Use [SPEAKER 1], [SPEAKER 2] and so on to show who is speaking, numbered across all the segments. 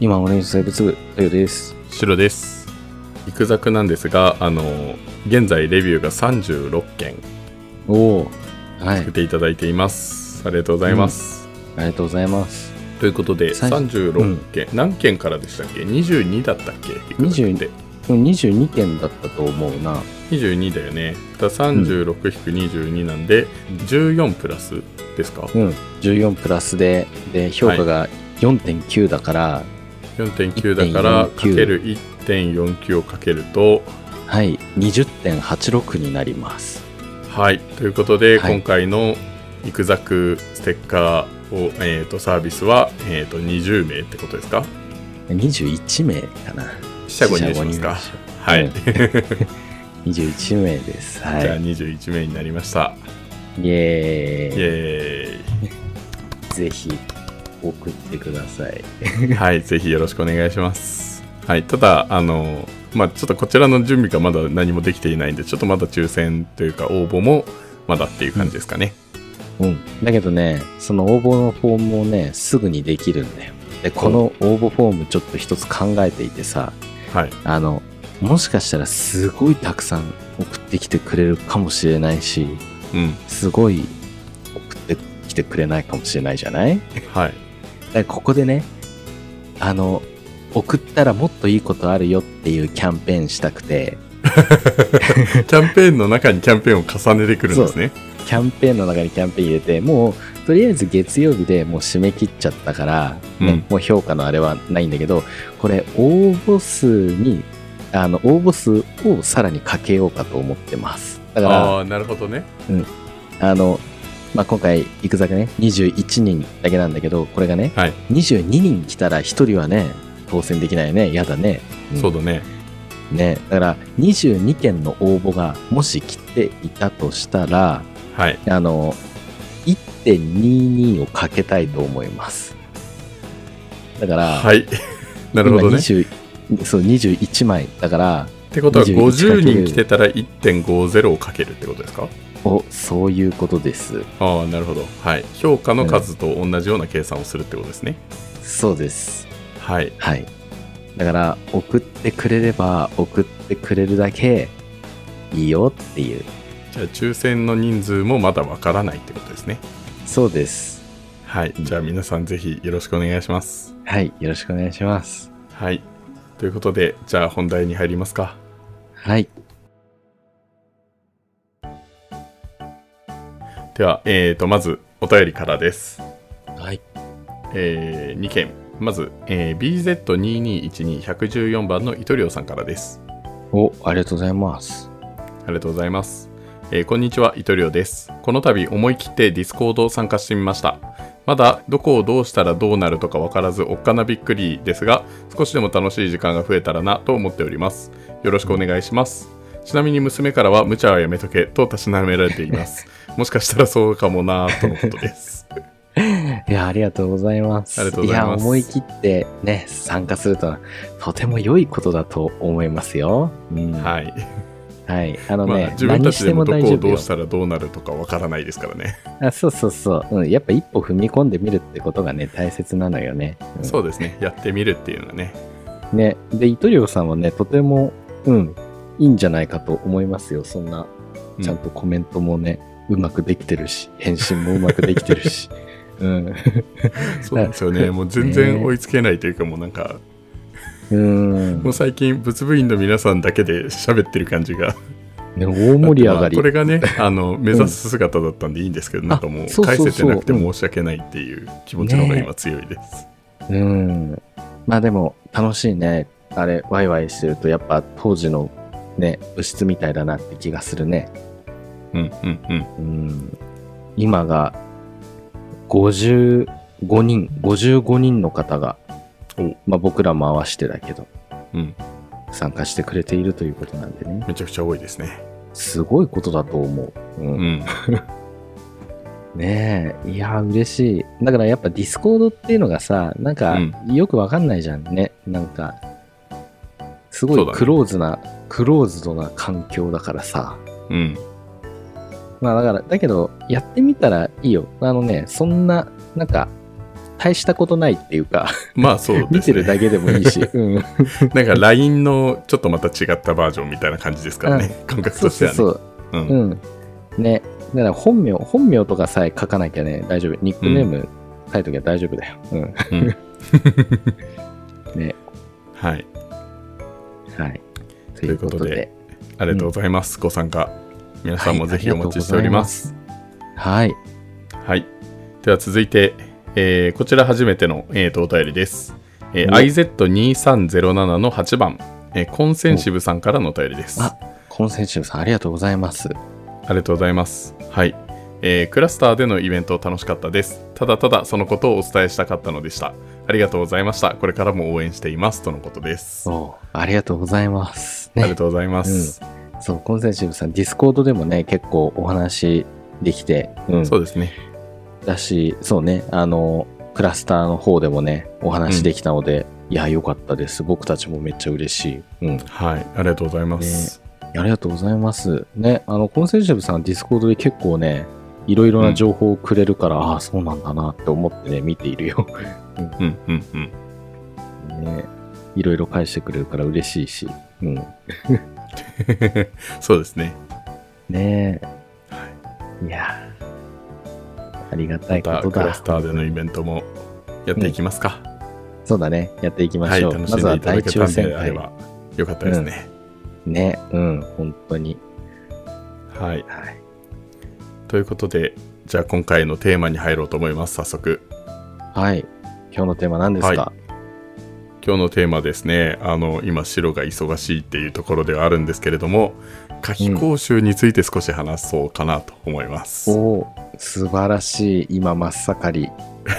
[SPEAKER 1] 今オレンジ生物部豊です
[SPEAKER 2] 白です。イクザクなんですが、あの現在レビューが36件
[SPEAKER 1] おおはい
[SPEAKER 2] 受けていただいています。ありがとうございます。
[SPEAKER 1] ありがとうございます
[SPEAKER 2] ということで、
[SPEAKER 1] 最
[SPEAKER 2] 36件、何件からでしたっけ ?22 だったっけイクザクって。
[SPEAKER 1] これ22件だったと思うな
[SPEAKER 2] 22だよね。だから36-22なんで、14プラスですか
[SPEAKER 1] うん14プラスでで評価が4.9だから
[SPEAKER 2] 4.9だからかける1.49をかけると
[SPEAKER 1] はい、20.86になります
[SPEAKER 2] はいということで、
[SPEAKER 1] はい
[SPEAKER 2] 今回のイクザクステッカーを、えー、とサービスは、えー、と20名ってことですか
[SPEAKER 1] 21名かな
[SPEAKER 2] 四捨五入しますか
[SPEAKER 1] 四捨五入
[SPEAKER 2] はい、
[SPEAKER 1] う ん21名ですは
[SPEAKER 2] じゃあ
[SPEAKER 1] い
[SPEAKER 2] 21名になりました
[SPEAKER 1] イエ
[SPEAKER 2] イ
[SPEAKER 1] ーイ
[SPEAKER 2] エ
[SPEAKER 1] ぜひ送ってください
[SPEAKER 2] ーイはいぜひよろしくお願いしますはいただあのまあちょっとこちらの準備がまだ何もできていないんでちょっとまだ抽選というか応募もまだっていう感じですかね、
[SPEAKER 1] うん、だけどね、その応募のフォームをね、すぐにできるんだよ。で、この応募フォームちょっと一つ考えていてさ、
[SPEAKER 2] はい
[SPEAKER 1] あの、もしかしたらすごいたくさん送ってきてくれるかもしれないし、
[SPEAKER 2] うん
[SPEAKER 1] すごい送ってきてくれないかもしれないじゃない
[SPEAKER 2] はい
[SPEAKER 1] でここでね、あの、送ったらもっといいことあるよっていうキャンペーンしたくて、
[SPEAKER 2] キャンペーンの中にキャンペーンを重ねてくるんですね
[SPEAKER 1] キャンペーンの中にキャンペーン入れて、もう、とりあえず月曜日でもう締め切っちゃったから、ね
[SPEAKER 2] うん
[SPEAKER 1] もう評価のあれはないんだけど、これ、応募数に、あの、応募数をさらにかけようかと思ってます。だから、
[SPEAKER 2] ああーなるほどね
[SPEAKER 1] あの、まあ、今回、行くざけね、21人だけなんだけど、これがね、
[SPEAKER 2] はい
[SPEAKER 1] 22人来たら1人はね、当選できないよね。やだね。うん
[SPEAKER 2] そうだね。
[SPEAKER 1] ね。だから、22件の応募が、もし来ていたとしたら、
[SPEAKER 2] はい。
[SPEAKER 1] あの、1.22をかけたいと思います。だから、
[SPEAKER 2] はい。 なるほど
[SPEAKER 1] 今
[SPEAKER 2] ね。
[SPEAKER 1] 20そう21枚だから、
[SPEAKER 2] ってことは
[SPEAKER 1] 21かける
[SPEAKER 2] 50人来てたら1.50をかけるってことですか
[SPEAKER 1] お、そういうことです。
[SPEAKER 2] ああ、なるほど。はい。評価の数と同じような計算をするってことですね。
[SPEAKER 1] そうです。
[SPEAKER 2] はい。
[SPEAKER 1] はい。だから、送ってくれれば、送ってくれるだけ、いいよっていう。
[SPEAKER 2] じゃあ、抽選の人数もまだわからないってことですね。
[SPEAKER 1] そうです。
[SPEAKER 2] はい。じゃあ、皆さんぜひよろしくお願いします。
[SPEAKER 1] はい。よろしくお願いします。
[SPEAKER 2] はい。ということで、じゃあ本題に入りますか。
[SPEAKER 1] はい。
[SPEAKER 2] では、えーと、まず、お便りからです。
[SPEAKER 1] はい。
[SPEAKER 2] え2件。まず、えー BZ2212114 番のイトリオさんからです。
[SPEAKER 1] お、ありがとうございます。
[SPEAKER 2] ありがとうございます。えーこんにちは、イトリオです。この度思い切ってディスコードを参加してみました。まだどこをどうしたらどうなるとかわからずおっかなびっくりですが、少しでも楽しい時間が増えたらなと思っております。よろしくお願いします。ちなみに娘からは無茶はやめとけとたしなめられて います。もしかしたらそうかもなとのことです。
[SPEAKER 1] いや、ありがとうございます。
[SPEAKER 2] ありがとうございます
[SPEAKER 1] や、思い切ってね、参加するとは、とても良いことだと思いますよ。うん、はい。
[SPEAKER 2] はい。
[SPEAKER 1] あの
[SPEAKER 2] まあ、
[SPEAKER 1] ね、
[SPEAKER 2] 自分
[SPEAKER 1] 何
[SPEAKER 2] た
[SPEAKER 1] し
[SPEAKER 2] ち
[SPEAKER 1] て
[SPEAKER 2] で
[SPEAKER 1] も
[SPEAKER 2] もど
[SPEAKER 1] 大
[SPEAKER 2] こ
[SPEAKER 1] 丈
[SPEAKER 2] を
[SPEAKER 1] 夫
[SPEAKER 2] ど
[SPEAKER 1] よ
[SPEAKER 2] うしたらどうなるとかわからないですからね。
[SPEAKER 1] あ。そうそうそう、うん。やっぱ一歩踏み込んでみるってことがね、大切なのよね。うん
[SPEAKER 2] そうですね。やってみるっていうのはね。
[SPEAKER 1] ね。で、イトリオさんはね、とても、うん、いいんじゃないかと思いますよ。そんな、
[SPEAKER 2] う
[SPEAKER 1] ちゃんとコメントもね、うまくできてるし、返信もうまくできてる し。うん。
[SPEAKER 2] そうなんですよね。もう全然追いつけないというか、もうなんか、
[SPEAKER 1] うん。
[SPEAKER 2] もう最近、仏部員の皆さんだけで喋ってる感じが。
[SPEAKER 1] ね、大盛り上がり
[SPEAKER 2] まあこ。れがね、あの、目指す姿だったんでいいんですけど、なんかもう
[SPEAKER 1] あ、そうそう
[SPEAKER 2] 返
[SPEAKER 1] そう
[SPEAKER 2] せてなくて申し訳ないっていう気持ちの方が今強いです。
[SPEAKER 1] うん。まあでも、楽しいね。あれ、ワイワイしてると、やっぱ当時のね、物質みたいだなって気がするね。
[SPEAKER 2] うんうんうん。
[SPEAKER 1] うん。今が、55人、55人の方が
[SPEAKER 2] お、
[SPEAKER 1] まあ僕らも合わせてだけど、
[SPEAKER 2] うん
[SPEAKER 1] 参加してくれているということなんでね。
[SPEAKER 2] めちゃくちゃ多いですね。
[SPEAKER 1] すごいことだと思う。うん
[SPEAKER 2] うん。
[SPEAKER 1] ねえ、いや、嬉しい。だからやっぱディスコードっていうのがさ、なんか
[SPEAKER 2] うん
[SPEAKER 1] よくわかんないじゃんね。なんか、すご
[SPEAKER 2] そう
[SPEAKER 1] い
[SPEAKER 2] だね
[SPEAKER 1] クローズな、クローズドな環境だからさ。
[SPEAKER 2] うん。
[SPEAKER 1] まあだから、だけど、やってみたらいいよ。あのね、そんな、なんか、大したことないっていうか、
[SPEAKER 2] まあそうで
[SPEAKER 1] 見
[SPEAKER 2] す
[SPEAKER 1] て
[SPEAKER 2] ね
[SPEAKER 1] るだけでもいい し、うん、
[SPEAKER 2] なんか LINE のちょっとまた違ったバージョンみたいな感じですからね、感覚
[SPEAKER 1] そう
[SPEAKER 2] として
[SPEAKER 1] そう
[SPEAKER 2] はね
[SPEAKER 1] そう、
[SPEAKER 2] う
[SPEAKER 1] うんん。ね。だから本名、本名とかさえ書かなきゃね、大丈夫。ニックネーム書いときゃ大丈夫だよ。うん。ね。
[SPEAKER 2] はい
[SPEAKER 1] はい。と
[SPEAKER 2] ということでありがとうございます、ご参加皆さんもぜひお待ちしております
[SPEAKER 1] はい。
[SPEAKER 2] はい。では続いて、えーこちら初めての、えーとお便りです。えー
[SPEAKER 1] お
[SPEAKER 2] IZ2307 の8番、えーコンセンシブさんからのお便りです。
[SPEAKER 1] あ
[SPEAKER 2] あ
[SPEAKER 1] コンセンシブさん、ありがとうございます。
[SPEAKER 2] りがとうございます。はい。えークラスターでのイベント楽しかったです。ただただそのことをお伝えしたかったのでした。ありがとうございました。これからも応援しています。とのことです。あ
[SPEAKER 1] そう。ありがとうございます。
[SPEAKER 2] り
[SPEAKER 1] ね
[SPEAKER 2] が。とうございます。
[SPEAKER 1] そう、コンセンシブさん、ディスコードでもね、結構お話できて、うん。
[SPEAKER 2] そうですね。
[SPEAKER 1] だし、そうね、あの、クラスターの方でもね、お話できたので、いや、よかったです。僕たちもめっちゃ嬉しい。うん。
[SPEAKER 2] はい。ありがとうございます。
[SPEAKER 1] ありがとうございます。ね、あの、コンセンシブさん、ディスコードで結構ね、いろいろな情報をくれるから、ああ、そうなんだなって思ってね、見ているよ。
[SPEAKER 2] うんうんうん。
[SPEAKER 1] ね、いろいろ返してくれるから嬉しいし。うん。
[SPEAKER 2] そうですね。
[SPEAKER 1] ねえ。いやー、ありがたいこ
[SPEAKER 2] また
[SPEAKER 1] と
[SPEAKER 2] クラ
[SPEAKER 1] だ
[SPEAKER 2] ス。ターでのイベントもやっていきますか。
[SPEAKER 1] そうだね、やっていきましょう。
[SPEAKER 2] はい、楽
[SPEAKER 1] ま
[SPEAKER 2] し
[SPEAKER 1] ず
[SPEAKER 2] んで
[SPEAKER 1] はい
[SPEAKER 2] ただ
[SPEAKER 1] 大
[SPEAKER 2] けた
[SPEAKER 1] 抽
[SPEAKER 2] ん
[SPEAKER 1] 選
[SPEAKER 2] であれ
[SPEAKER 1] 会。
[SPEAKER 2] ばよかったですね。
[SPEAKER 1] ね、うん、本当に。
[SPEAKER 2] は
[SPEAKER 1] は
[SPEAKER 2] い。
[SPEAKER 1] い。
[SPEAKER 2] ということで、じゃあ今回のテーマに入ろうと思います、早速。
[SPEAKER 1] はい。今日のテーマ何ですか、
[SPEAKER 2] は今日のテーマですね、あの、今、白が忙しいっていうところではあるんですけれども、夏期講習について少し話そうかなと思います。
[SPEAKER 1] おお素晴らしい今真っ盛り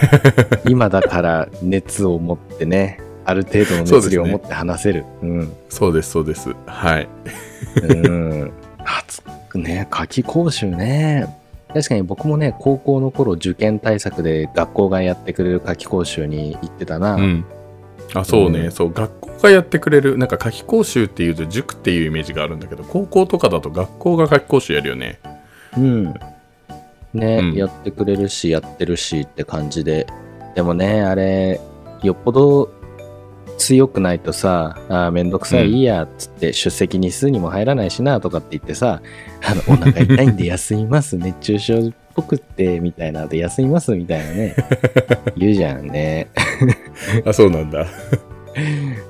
[SPEAKER 1] 今だから熱を持ってねある程度の熱量を持って話せるう,、
[SPEAKER 2] そうです、そうです。はい。
[SPEAKER 1] ん、うん、暑くね夏季講習ね確かに僕もね高校の頃受験対策で学校がやってくれる夏季講習に行ってたな、
[SPEAKER 2] うん。あ、そうね、
[SPEAKER 1] うん
[SPEAKER 2] そう、学校がやってくれる、なんか夏期講習っていうと塾っていうイメージがあるんだけど、高校とかだと学校が夏期講習やる よね。
[SPEAKER 1] うん。ね、
[SPEAKER 2] うん
[SPEAKER 1] やってくれるし、やってるしって感じで。でもね、あれ、よっぽど強くないとさ、あーめんどくさい、
[SPEAKER 2] うん
[SPEAKER 1] いいや、つって、出席日数にも入らないしな、とかって言ってさ、あの、お腹痛いんで休み ます、熱中症っぽくって、みたいな、で休みます、みたいな ね、言うじゃんね。
[SPEAKER 2] あ、そうなんだ。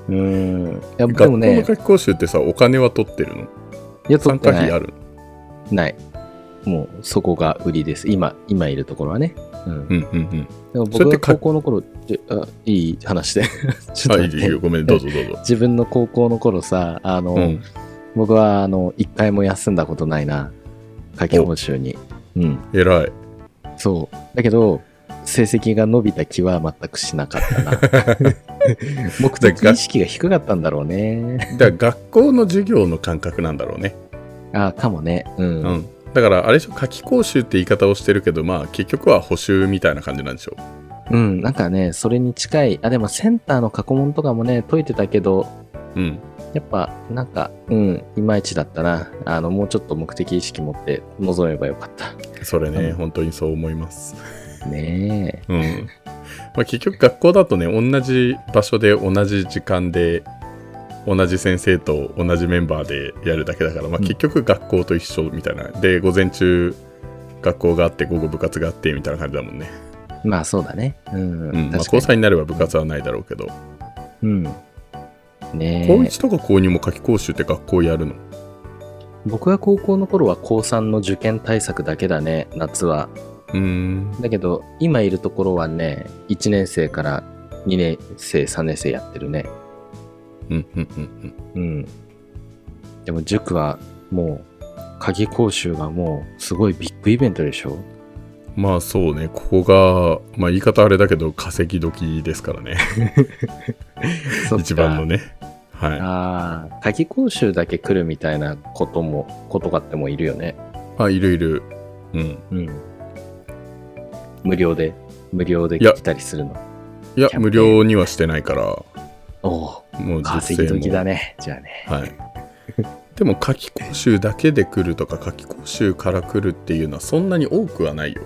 [SPEAKER 1] うん。いや、で
[SPEAKER 2] 学校
[SPEAKER 1] も
[SPEAKER 2] の
[SPEAKER 1] ね、
[SPEAKER 2] 夏期講習ってさ、お金は取ってるの
[SPEAKER 1] いや、取
[SPEAKER 2] 参
[SPEAKER 1] って
[SPEAKER 2] 加
[SPEAKER 1] な
[SPEAKER 2] 費あ
[SPEAKER 1] い。
[SPEAKER 2] る
[SPEAKER 1] ない。もう、そこが売りです。今、今いるところはね。うん
[SPEAKER 2] うんうんうん。
[SPEAKER 1] でも
[SPEAKER 2] そ
[SPEAKER 1] 僕
[SPEAKER 2] れって
[SPEAKER 1] が
[SPEAKER 2] か
[SPEAKER 1] 高校の頃って、あいい話で。 ちょっ
[SPEAKER 2] あ、
[SPEAKER 1] と待っ
[SPEAKER 2] いいよいい
[SPEAKER 1] て
[SPEAKER 2] よ、ごめん、どうぞどうぞ。
[SPEAKER 1] 自分の高校の頃さ、あの、
[SPEAKER 2] うん。
[SPEAKER 1] 僕はあの一回も休んだことないな、夏季講習に。うん、
[SPEAKER 2] 偉い。
[SPEAKER 1] そう。だけど、成績が伸びた気は全くしなか ったな。僕的意識が低かったんだろうね。
[SPEAKER 2] だから学校の授業の感覚なんだろうね。
[SPEAKER 1] あかもね。うん。
[SPEAKER 2] うん。だから、あれでしょ、夏期講習って言い方をしてるけど、まあ、結局は補習みたいな感じなんでしょ
[SPEAKER 1] うん。なんかね、それに近い。あ、でもセンターの過去問とかもね、解いてたけど、
[SPEAKER 2] う。うん。
[SPEAKER 1] やっぱ、なんか、うん、いまいちだったな。あの、もうちょっと目的意識持って臨めばよかった。
[SPEAKER 2] それね、
[SPEAKER 1] うん
[SPEAKER 2] 本当にそう思います。
[SPEAKER 1] ねえ。
[SPEAKER 2] うん。まあ、結局、学校だとね、同じ場所で、同じ時間で、同じ先生と同じメンバーでやるだけだから、まあ、
[SPEAKER 1] うん
[SPEAKER 2] 結局学校と一緒みたいな。で、午前中、学校があって、午後部活があってみたいな感じだもんね。
[SPEAKER 1] まあ、そうだね。うん。確
[SPEAKER 2] うん。まあ、
[SPEAKER 1] か
[SPEAKER 2] 交
[SPEAKER 1] に。
[SPEAKER 2] 際になれば部活はないだろうけど。
[SPEAKER 1] うん。ね
[SPEAKER 2] 高
[SPEAKER 1] え。
[SPEAKER 2] 1とか高2も夏期講習って学校やるの
[SPEAKER 1] 僕が高校の頃は高3の受験対策だけだね、夏は。
[SPEAKER 2] うん
[SPEAKER 1] だけど、今いるところはね、1年生から2年生、3年生やってるね。
[SPEAKER 2] うんうんうん
[SPEAKER 1] うん。でも、塾はもう、鍵講習がもう、すごいビッグイベントでし ょ
[SPEAKER 2] うんまあそうねここが、まあ、言い方あれだけど稼ぎ時ですからね
[SPEAKER 1] そっか
[SPEAKER 2] 一番のねはいあ
[SPEAKER 1] ああ、夏季講習だけ来るみたいなことも、ことかってもいるよね。
[SPEAKER 2] いるいるうん
[SPEAKER 1] うん。無料で、無料で
[SPEAKER 2] いや
[SPEAKER 1] 来たりするの。
[SPEAKER 2] いや
[SPEAKER 1] キャンペーン
[SPEAKER 2] 無料にはしてないから
[SPEAKER 1] おお、
[SPEAKER 2] もう
[SPEAKER 1] 稼ぎ時だ
[SPEAKER 2] ね
[SPEAKER 1] ね。じゃあね。
[SPEAKER 2] はいでも夏期講習だけで来るとか夏期講習から来るっていうのはそんなに多くはないよ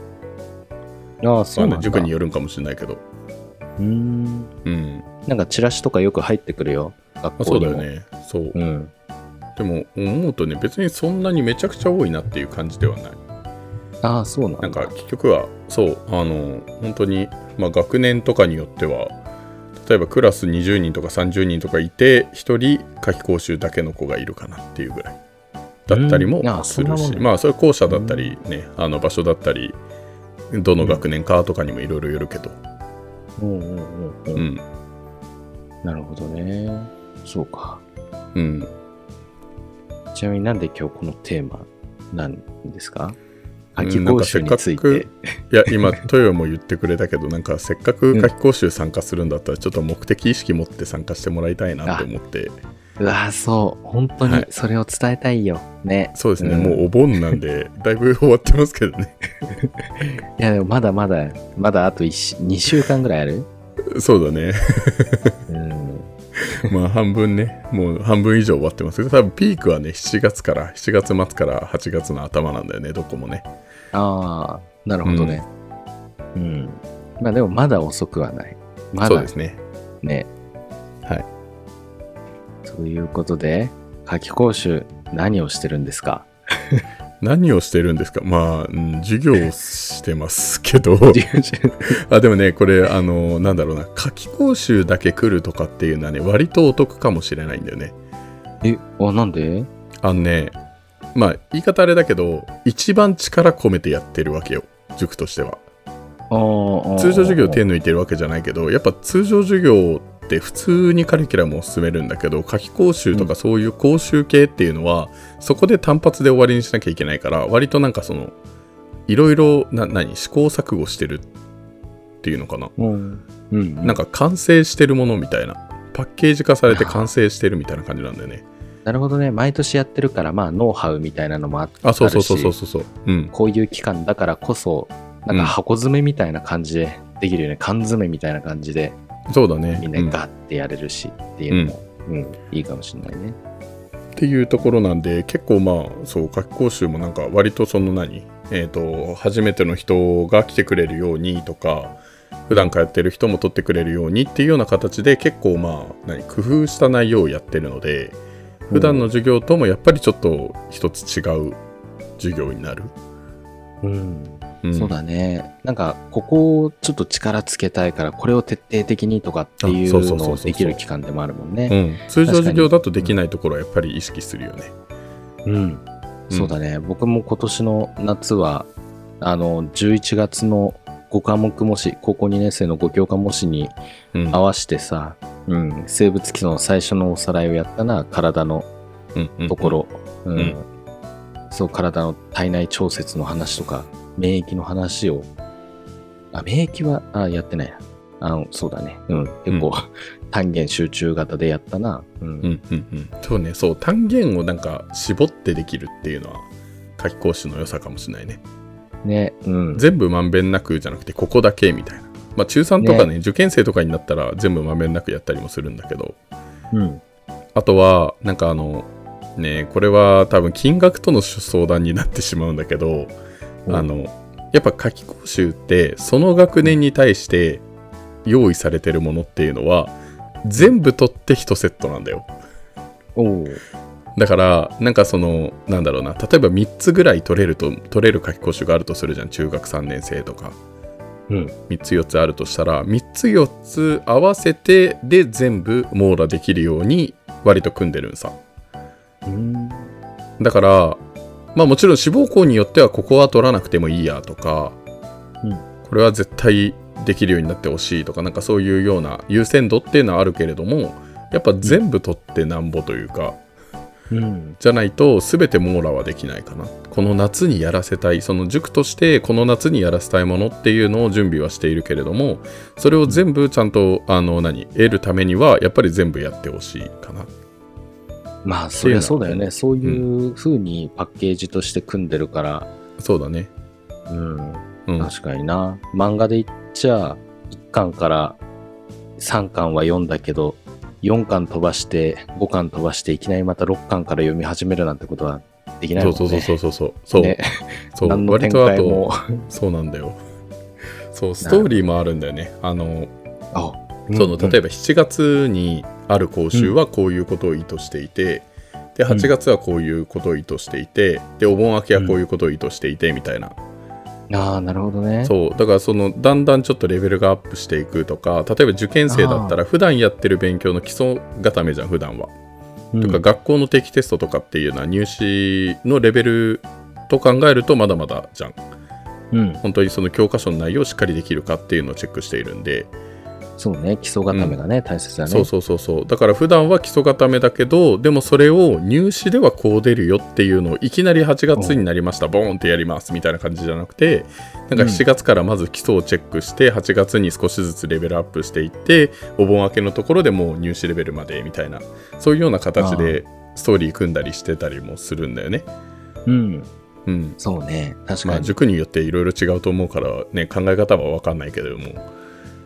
[SPEAKER 1] ああ、
[SPEAKER 2] まあね塾によるんかもしれないけど
[SPEAKER 1] うーん。
[SPEAKER 2] うん。
[SPEAKER 1] なんかチラシとかよく入ってくるよ。学
[SPEAKER 2] まあ、
[SPEAKER 1] 校
[SPEAKER 2] そう
[SPEAKER 1] に
[SPEAKER 2] だ
[SPEAKER 1] も。
[SPEAKER 2] よね。そう。
[SPEAKER 1] うん。
[SPEAKER 2] でも、思うとね、別にそんなにめちゃくちゃ多いなっていう感じではない。
[SPEAKER 1] ああ、そうな
[SPEAKER 2] なん
[SPEAKER 1] ん
[SPEAKER 2] か
[SPEAKER 1] だ。
[SPEAKER 2] 結局はそうあの本当にまあ学年とかによっては例えばクラス20人とか30人とかいて1人夏期講習だけの子がいるかなっていうぐらいだったり
[SPEAKER 1] うんあ
[SPEAKER 2] も
[SPEAKER 1] あ
[SPEAKER 2] す
[SPEAKER 1] そんな
[SPEAKER 2] る
[SPEAKER 1] もん
[SPEAKER 2] し、
[SPEAKER 1] ね
[SPEAKER 2] まあそれ校舎だったりねあの場所だったりどの学年かとかにもいろいろよるけど、
[SPEAKER 1] うんうんうん
[SPEAKER 2] う
[SPEAKER 1] うん。
[SPEAKER 2] ん
[SPEAKER 1] なるほどね。そうか。
[SPEAKER 2] うん、
[SPEAKER 1] ちなみになんで今日このテーマなんですか
[SPEAKER 2] うん
[SPEAKER 1] 夏期講習につい
[SPEAKER 2] なんかせ
[SPEAKER 1] て
[SPEAKER 2] っ。いや今トヨも言ってくれたけどなんかせっかく夏期講習参加するんだったらちょっと目的意識持って参加してもらいたいなと思って
[SPEAKER 1] うわあ、そう。本当
[SPEAKER 2] は
[SPEAKER 1] に
[SPEAKER 2] い
[SPEAKER 1] それを伝えたいよ。ね。
[SPEAKER 2] そうですね、
[SPEAKER 1] うん
[SPEAKER 2] もうお盆なんで、だいぶ終わってますけどね。
[SPEAKER 1] いや、でもまだまだ、まだあと2週間ぐらいある
[SPEAKER 2] そうだね。
[SPEAKER 1] うん。
[SPEAKER 2] まあ、半分ね、もう半分以上終わってますけど、多分ピークはね、7月から、7月末から8月の頭なんだよね、どこもね。
[SPEAKER 1] ああ、なるほどね。うん。まあでもまだ遅くはない。ま
[SPEAKER 2] そう
[SPEAKER 1] だ
[SPEAKER 2] ですね。
[SPEAKER 1] ね。
[SPEAKER 2] はい。
[SPEAKER 1] ということで、夏期講習、何をしてるんです か
[SPEAKER 2] 何をしてるんですかまあ、うん授業をしてますけど、あ、でもね、これ、あの、なんだろうな、夏期講習だけ来るとかっていうのはね、割とお得かもしれないんだよね。
[SPEAKER 1] え、あ、なんで
[SPEAKER 2] あのね、まあ、言い方あれだけど、一番力込めてやってるわけよ、塾としては。
[SPEAKER 1] あーあー。
[SPEAKER 2] 通常授業手
[SPEAKER 1] あー
[SPEAKER 2] 抜いてるわけじゃないけどやっぱ通常授業って普通にカリキュラムを進めるんだけど夏期講習とかそういう講習系っていうのは、そこで単発で終わりにしなきゃいけないから割となんかそのいろいろな何試行錯誤してるっていうのかな、
[SPEAKER 1] うん。うん。
[SPEAKER 2] な
[SPEAKER 1] なん
[SPEAKER 2] か完成してるものみたいなパッケージ化されて完成してるみたいな感じなんだよね
[SPEAKER 1] なるほどね。毎年やってるから、まあ、ノウハウみたいなのもあって。
[SPEAKER 2] あそうそうそうそう
[SPEAKER 1] あるし
[SPEAKER 2] そうそううん
[SPEAKER 1] こういう期間だからこそ、なん
[SPEAKER 2] うん
[SPEAKER 1] か箱詰めみたいな感じでできるよね。缶詰みたいな感じで、
[SPEAKER 2] そうだね
[SPEAKER 1] みんなガッてやれるしっていうのも、うん、いいかもしれないね。
[SPEAKER 2] っていうところなんで結構まあそう夏期講習もなんか割とその何えっ、と初めての人が来てくれるようにとか普段通ってる人も取ってくれるようにっていうような形で結構まあ何工夫した内容をやってるので普段の授業ともやっぱりちょっと一つ違う授業になる、
[SPEAKER 1] うん。
[SPEAKER 2] うん
[SPEAKER 1] そうだね。なんか、ここをちょっと力つけたいから、これを徹底的にとかってい
[SPEAKER 2] あそうそううそう
[SPEAKER 1] の
[SPEAKER 2] そう
[SPEAKER 1] を
[SPEAKER 2] そう
[SPEAKER 1] できる期間でもあるもん
[SPEAKER 2] う
[SPEAKER 1] ね。
[SPEAKER 2] ん、通常授業だとできないところはやっぱり意識するよね
[SPEAKER 1] うん。そうだね。僕も今年の夏は、あの、11月の5科目模試、高校2年生の5教科模試に
[SPEAKER 2] うん
[SPEAKER 1] 合わせてさ、うん、生物基礎の最初のおさらいをやったな、体の
[SPEAKER 2] うんうん
[SPEAKER 1] ところ、うん
[SPEAKER 2] うん
[SPEAKER 1] そう体の体内調節の話とか免疫の話をあ免疫はあやってないなあのそうだね、うん、結構、 単元集中型でやったな、うん
[SPEAKER 2] うんうんうん、そうねそう単元をなんか絞ってできるっていうのは夏期講習の良さかもしれないね
[SPEAKER 1] ねうん
[SPEAKER 2] 全部まんべんなくじゃなくてここだけみたいな、まあ、中3とかね受験生とかになったら全部まんべんなくやったりもするんだけど
[SPEAKER 1] うん
[SPEAKER 2] あとはなんかあのねこれは多分金額との相談になってしまうんだけど、あのやっぱ夏期講習ってその学年に対して用意されてるものっていうのは全部取って1セットなんだよ
[SPEAKER 1] おう
[SPEAKER 2] だからなんかそのなんだろうな例えば3つぐらい取れると取れる夏期講習があるとするじゃん中学3年生とか
[SPEAKER 1] うん
[SPEAKER 2] 3つ4つあるとしたら3つ4つ合わせてで全部網羅できるように割と組んでるんさ
[SPEAKER 1] うん
[SPEAKER 2] だからまあもちろん志望校によってはここは取らなくてもいいやとか、
[SPEAKER 1] うん
[SPEAKER 2] これは絶対できるようになってほしいとかなんかそういうような優先度っていうのはあるけれどもやっぱ全部取ってなんぼというか
[SPEAKER 1] うん
[SPEAKER 2] じゃないと全て網羅はできないかなこの夏にやらせたいその塾としてこの夏にやらせたいものっていうのを準備はしているけれどもそれを全部ちゃんとあの何得るためにはやっぱり全部やってほしいかな
[SPEAKER 1] まあそりゃそうだよねそういう風にパッケージとして組んでるから
[SPEAKER 2] そうだね
[SPEAKER 1] うん
[SPEAKER 2] うん
[SPEAKER 1] 確かにな漫画で言っちゃ1巻から3巻は読んだけど4巻飛ばして5巻飛ばしていきなりまた6巻から読み始めるなんてことはできない
[SPEAKER 2] そ
[SPEAKER 1] も
[SPEAKER 2] うん
[SPEAKER 1] ね
[SPEAKER 2] そうそうそうそうそうそう,、
[SPEAKER 1] ね
[SPEAKER 2] そう
[SPEAKER 1] 何の
[SPEAKER 2] 割
[SPEAKER 1] 展
[SPEAKER 2] とあ
[SPEAKER 1] 開
[SPEAKER 2] と
[SPEAKER 1] も
[SPEAKER 2] そうなんだよそうストーリーもあるんだよねあの
[SPEAKER 1] あ
[SPEAKER 2] その例え
[SPEAKER 1] ば、
[SPEAKER 2] ば7月にある講習はこういうことを意図していて、で8月はこういうことを意図していてでお盆明けはこういうことを意図していてみたいな、
[SPEAKER 1] ああ、なるほどね。
[SPEAKER 2] そうだからそのだんだんちょっとレベルがアップしていくとか例えば受験生だったら普段やってる勉強の基礎固めじゃん普段は。
[SPEAKER 1] うん。
[SPEAKER 2] とか学校の定期テストとかっていうのは入試のレベルと考えるとまだまだじゃん
[SPEAKER 1] うん。
[SPEAKER 2] 本当にその教科書の内容をしっかりできるかっていうのをチェックしているんで、
[SPEAKER 1] そうね。基礎固めがね、大切だね。
[SPEAKER 2] そうそうそうそうだから普段は基礎固めだけどでもそれを入試ではこう出るよっていうのをいきなり8月になりましたボーンってやりますみたいな感じじゃなくてなんか
[SPEAKER 1] うん
[SPEAKER 2] 7月からまず基礎をチェックして8月に少しずつレベルアップしていってお盆明けのところでもう入試レベルまでみたいなそういうような形でストーリー組んだりしてたりもするんだよね。
[SPEAKER 1] うん。
[SPEAKER 2] うん
[SPEAKER 1] そうね。確
[SPEAKER 2] ま
[SPEAKER 1] か
[SPEAKER 2] あ、
[SPEAKER 1] に。
[SPEAKER 2] 塾によっていろいろ違うと思うから、ね、考え方は分かんないけれども、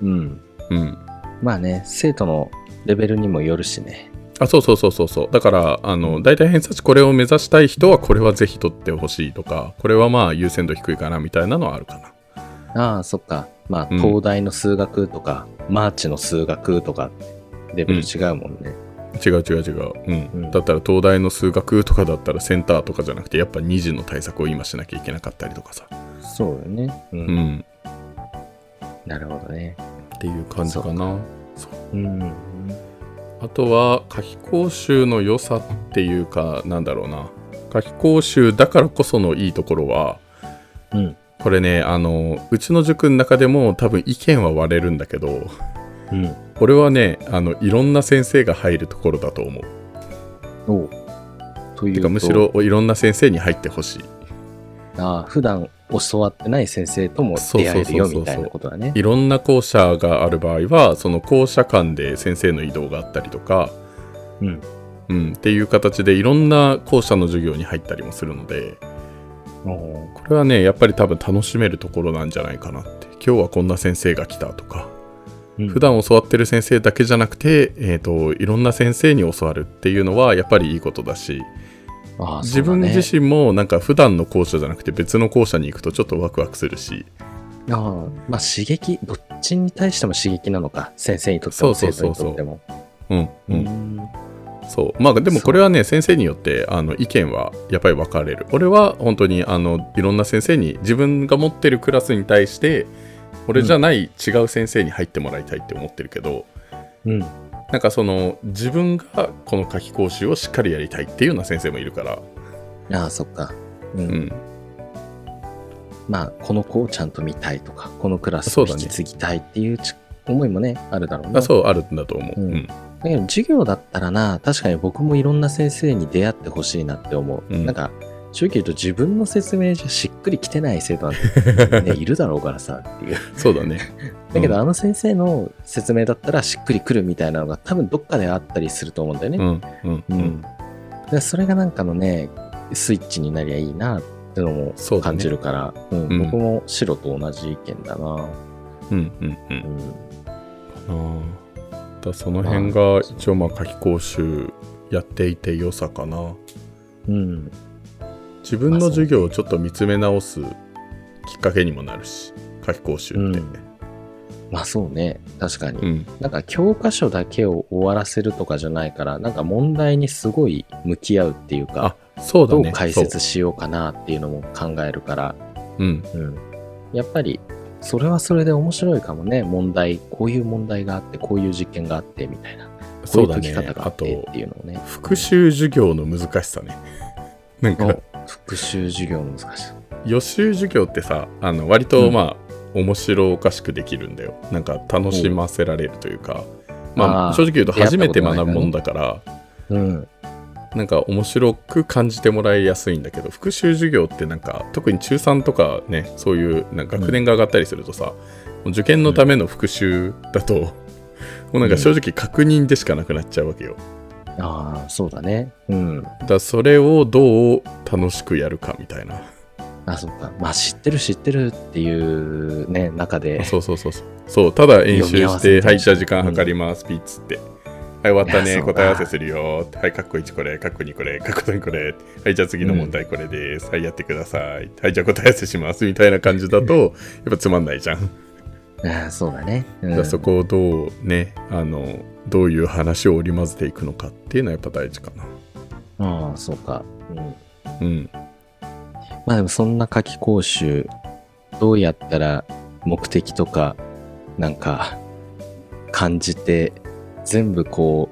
[SPEAKER 1] うん。
[SPEAKER 2] うん、
[SPEAKER 1] まあね、生徒のレベルにもよるしね。
[SPEAKER 2] あそうそうそうそうそうだからあの大体偏差値これを目指したい人はこれはぜひ取ってほしいとかこれはまあ優先度低いかなみたいなのはあるかな
[SPEAKER 1] ああ、そっか。まあ、
[SPEAKER 2] うん
[SPEAKER 1] 東大の数学とか、マーチの数学とか、レベル違うもんね。
[SPEAKER 2] 違う違う違う、うん
[SPEAKER 1] うん
[SPEAKER 2] だったら東大の数学とかだったらセンターとかじゃなくてやっぱ2次の対策を今しなきゃいけなかったりとかさ、
[SPEAKER 1] そうよね。う。
[SPEAKER 2] うんん、
[SPEAKER 1] なるほどね。
[SPEAKER 2] っていう感じかなそ
[SPEAKER 1] う
[SPEAKER 2] う
[SPEAKER 1] ん。
[SPEAKER 2] あとは夏期講習の良さっていうかなんだろうな夏期講習だからこそのいいところは
[SPEAKER 1] うん。
[SPEAKER 2] これねあのうちの塾の中でも多分意見は割れるんだけど
[SPEAKER 1] うん。
[SPEAKER 2] 俺はねあのいろんな先生が入るところだと思う
[SPEAKER 1] おうという
[SPEAKER 2] て
[SPEAKER 1] と
[SPEAKER 2] かむしろいろんな先生に入ってほしい
[SPEAKER 1] ああ普段教わってない先生とも出会えるよみたいなことだね。
[SPEAKER 2] いろんな校舎がある場合はその校舎間で先生の移動があったりとか、
[SPEAKER 1] うん
[SPEAKER 2] うん、っていう形でいろんな校舎の授業に入ったりもするので
[SPEAKER 1] おう
[SPEAKER 2] これはねやっぱり多分楽しめるところなんじゃないかなって今日はこんな先生が来たとか
[SPEAKER 1] うん
[SPEAKER 2] 普段教わってる先生だけじゃなくて、えー、といろんな先生に教わるっていうのはやっぱりいいことだし
[SPEAKER 1] ああ
[SPEAKER 2] 自分自身もなんか普段の校舎じゃなくて別の校舎に行くとちょっとワクワクするし
[SPEAKER 1] そうだねああまあ刺激どっちに対しても刺激なのか先生にとっても
[SPEAKER 2] そ
[SPEAKER 1] 生
[SPEAKER 2] うそ
[SPEAKER 1] 徒
[SPEAKER 2] う
[SPEAKER 1] にとっ
[SPEAKER 2] そうそう
[SPEAKER 1] ても。
[SPEAKER 2] うんうん、
[SPEAKER 1] うん
[SPEAKER 2] そうまあでもこれはね先生によってあの意見はやっぱり分かれる俺は本当にあのいろんな先生に自分が持ってるクラスに対して俺じゃない違う先生に入ってもらいたいって思ってるけど、
[SPEAKER 1] うん
[SPEAKER 2] なんかその自分がこの夏期講習をしっかりやりたいっていうような先生もいるから、
[SPEAKER 1] ああそっか。うん
[SPEAKER 2] うん、
[SPEAKER 1] まあこの子をちゃんと見たいとかこのクラス
[SPEAKER 2] そう
[SPEAKER 1] を
[SPEAKER 2] だ
[SPEAKER 1] 引
[SPEAKER 2] ね
[SPEAKER 1] き継ぎたいっていうち思いもねあるだろうな。
[SPEAKER 2] あそうあるんだと思う、う
[SPEAKER 1] うんんだけど授業だったらな確かに僕もいろんな先生に出会ってほしいなって思う、
[SPEAKER 2] うん
[SPEAKER 1] なんか正直言うと自分の説明じゃしっくりきてない生徒なんて、ね、いるだろうからさっていう
[SPEAKER 2] そうだね
[SPEAKER 1] だけど、
[SPEAKER 2] うん
[SPEAKER 1] あの先生の説明だったらしっくりくるみたいなのが多分どっかであったりすると思うんだよね
[SPEAKER 2] うんうんう
[SPEAKER 1] うんん、だからそれがなんかのねスイッチになりゃいいなってのも
[SPEAKER 2] そうだね
[SPEAKER 1] 感じるからう、
[SPEAKER 2] うん
[SPEAKER 1] ん、僕も白と同じ意見だな、
[SPEAKER 2] うんうんうん
[SPEAKER 1] うん、
[SPEAKER 2] ああその辺が一応まあ夏期講習やっていて良さかな
[SPEAKER 1] うん、
[SPEAKER 2] 自分の授業をちょっと見つめ直すきっかけにもなるし夏期講習って
[SPEAKER 1] うんまあそうね確かに
[SPEAKER 2] うん
[SPEAKER 1] なんか教科書だけを終わらせるとかじゃないから、なんか問題にすごい向き合うっていうか、
[SPEAKER 2] あそうだ
[SPEAKER 1] ど
[SPEAKER 2] ね
[SPEAKER 1] う解説しようかなっていうのも考えるから、
[SPEAKER 2] そううん
[SPEAKER 1] うん、やっぱりそれはそれで面白いかもね、問題、こういう問題があって、こういう実験があってみたいな、こ
[SPEAKER 2] そうう
[SPEAKER 1] いう
[SPEAKER 2] だ
[SPEAKER 1] 解き
[SPEAKER 2] ね
[SPEAKER 1] 方があ
[SPEAKER 2] あ
[SPEAKER 1] って
[SPEAKER 2] と
[SPEAKER 1] っていうのをね、
[SPEAKER 2] 復習授業の難しさね なんか
[SPEAKER 1] の復習授業難しい。
[SPEAKER 2] 予習授業ってさあの割と
[SPEAKER 1] うん
[SPEAKER 2] まあ、面白おかしくできるんだよなんか楽しませられるというかま
[SPEAKER 1] あ
[SPEAKER 2] あ
[SPEAKER 1] あ
[SPEAKER 2] 正直言うと
[SPEAKER 1] 出会っ
[SPEAKER 2] 初
[SPEAKER 1] た
[SPEAKER 2] め
[SPEAKER 1] こと
[SPEAKER 2] て
[SPEAKER 1] ないからね
[SPEAKER 2] 学ぶもんだか
[SPEAKER 1] う
[SPEAKER 2] ら
[SPEAKER 1] ん、
[SPEAKER 2] なんか面白く感じてもらいやすいんだけど復習授業ってなんか特に中3とかねそういうなんか学年が上がったりするとさ、もう受験のための復習だと、もうなんか正直確認でしかなくなっちゃうわけよ
[SPEAKER 1] ああ、そうだね。うん。
[SPEAKER 2] だからそれをどう楽しくやるかみたいな
[SPEAKER 1] あ、そっか。まあ知ってる知ってるっていうね、中で。
[SPEAKER 2] そうそうそうそうそうただ演習
[SPEAKER 1] 読み合
[SPEAKER 2] し
[SPEAKER 1] わせ
[SPEAKER 2] て「
[SPEAKER 1] みた
[SPEAKER 2] はい
[SPEAKER 1] ない
[SPEAKER 2] じゃあ時間計ります」ピッつって「はい終わった
[SPEAKER 1] い
[SPEAKER 2] ね
[SPEAKER 1] やそうだ
[SPEAKER 2] 答え合わせするよ」はいカッコ1これカッコ2これカッコ3これはいじゃあ次の問題これです、はいやってくださいはいじゃあ答え合わせしますみたいな感じだとやっぱつまんないじゃん
[SPEAKER 1] ああそうだね。う
[SPEAKER 2] じゃあそこをどうねあのどういう話を織り交ぜていくのかっていうのはやっぱ大事かな
[SPEAKER 1] ああ、そうか。うん。
[SPEAKER 2] うん
[SPEAKER 1] まあでもそんな夏期講習、どうやったら目的とか、なんか、感じて、全部こ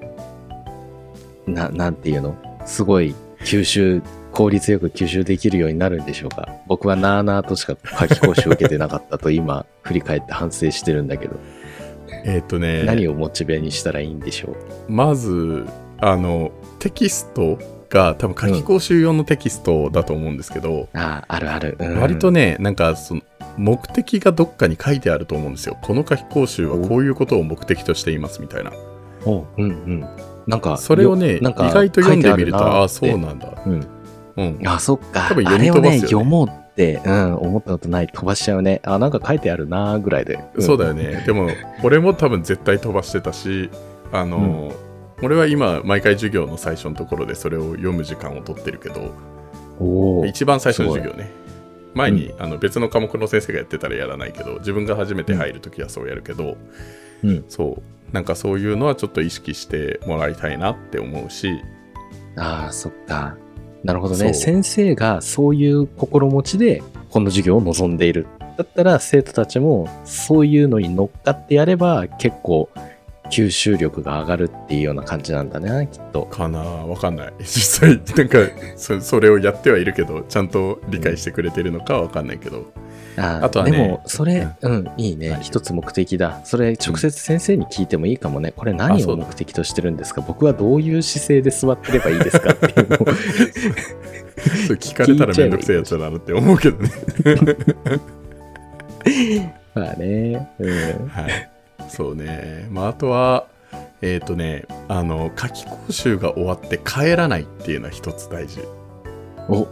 [SPEAKER 1] う、な、なんていうのすごい吸収、効率よく吸収できるようになるんでしょうか僕はなあなあとしか夏期講習受けてなかったと今、振り返って反省してるんだけど、
[SPEAKER 2] えっ、とね
[SPEAKER 1] 何をモチベにしたらいいんでしょう
[SPEAKER 2] まずあのテキストが多分書き講習用のテキストだと思うんですけど、
[SPEAKER 1] ああ、あるある。うん
[SPEAKER 2] 割とねなんかその目的がどっかに書いてあると思うんですよこの書き講習はこういうことを目的としていますみたいな
[SPEAKER 1] おううんうん。なんか、
[SPEAKER 2] それをね
[SPEAKER 1] よ
[SPEAKER 2] 意外と読んでみるとああそう。
[SPEAKER 1] 書いてるなっ
[SPEAKER 2] なんだ
[SPEAKER 1] てうん。
[SPEAKER 2] うん
[SPEAKER 1] あ、そっか。
[SPEAKER 2] 多分読み
[SPEAKER 1] あれを
[SPEAKER 2] 飛ばすよね
[SPEAKER 1] ね、読もうって、うん、思ったことない。飛ばしちゃうね。あ、なんか書いてあるなぐらいで。ん
[SPEAKER 2] そうだよ。ね。でも、俺も多分絶対飛ばしてたし、あの、俺は今、毎回授業の最初のところでそれを読む時間を取ってるけど、
[SPEAKER 1] おー
[SPEAKER 2] 一番最初の授業ね。前に、あの別の科目の先生がやってたらやらないけど、自分が初めて入るときはそうやるけど、
[SPEAKER 1] うん
[SPEAKER 2] そう、なんかそういうのはちょっと意識してもらいたいなって思うし、
[SPEAKER 1] あーそっか。なるほど
[SPEAKER 2] そう
[SPEAKER 1] ね。先生がそういう心持ちで、この授業を望んでいる。だったら、生徒たちも、そういうのに乗っかってやれば、結構、吸収力が上がるっていうような感じなんだね、きっと。
[SPEAKER 2] かなわかんない。 実際、なんかそ、それをやってはいるけど、ちゃんと理解してくれてるのかはわかんないけど、
[SPEAKER 1] あー
[SPEAKER 2] あとはね
[SPEAKER 1] でも、それ、うん、いい
[SPEAKER 2] は
[SPEAKER 1] ね。
[SPEAKER 2] い
[SPEAKER 1] 一つ目的だ。それ、直接先生に聞いてもいいかもね。これ何
[SPEAKER 2] あそ
[SPEAKER 1] を
[SPEAKER 2] うだ
[SPEAKER 1] 目的としてるんですか僕はどういう姿勢で座ってればいいですかっていう のを
[SPEAKER 2] それ聞かれたらめんどくせえやつだなって思うけどね。
[SPEAKER 1] まあね。うん。
[SPEAKER 2] はい、そうね、まあ、あとは、えっ、とね、あの、夏期講習が終わって帰らないっていうのは一つ大事。
[SPEAKER 1] お、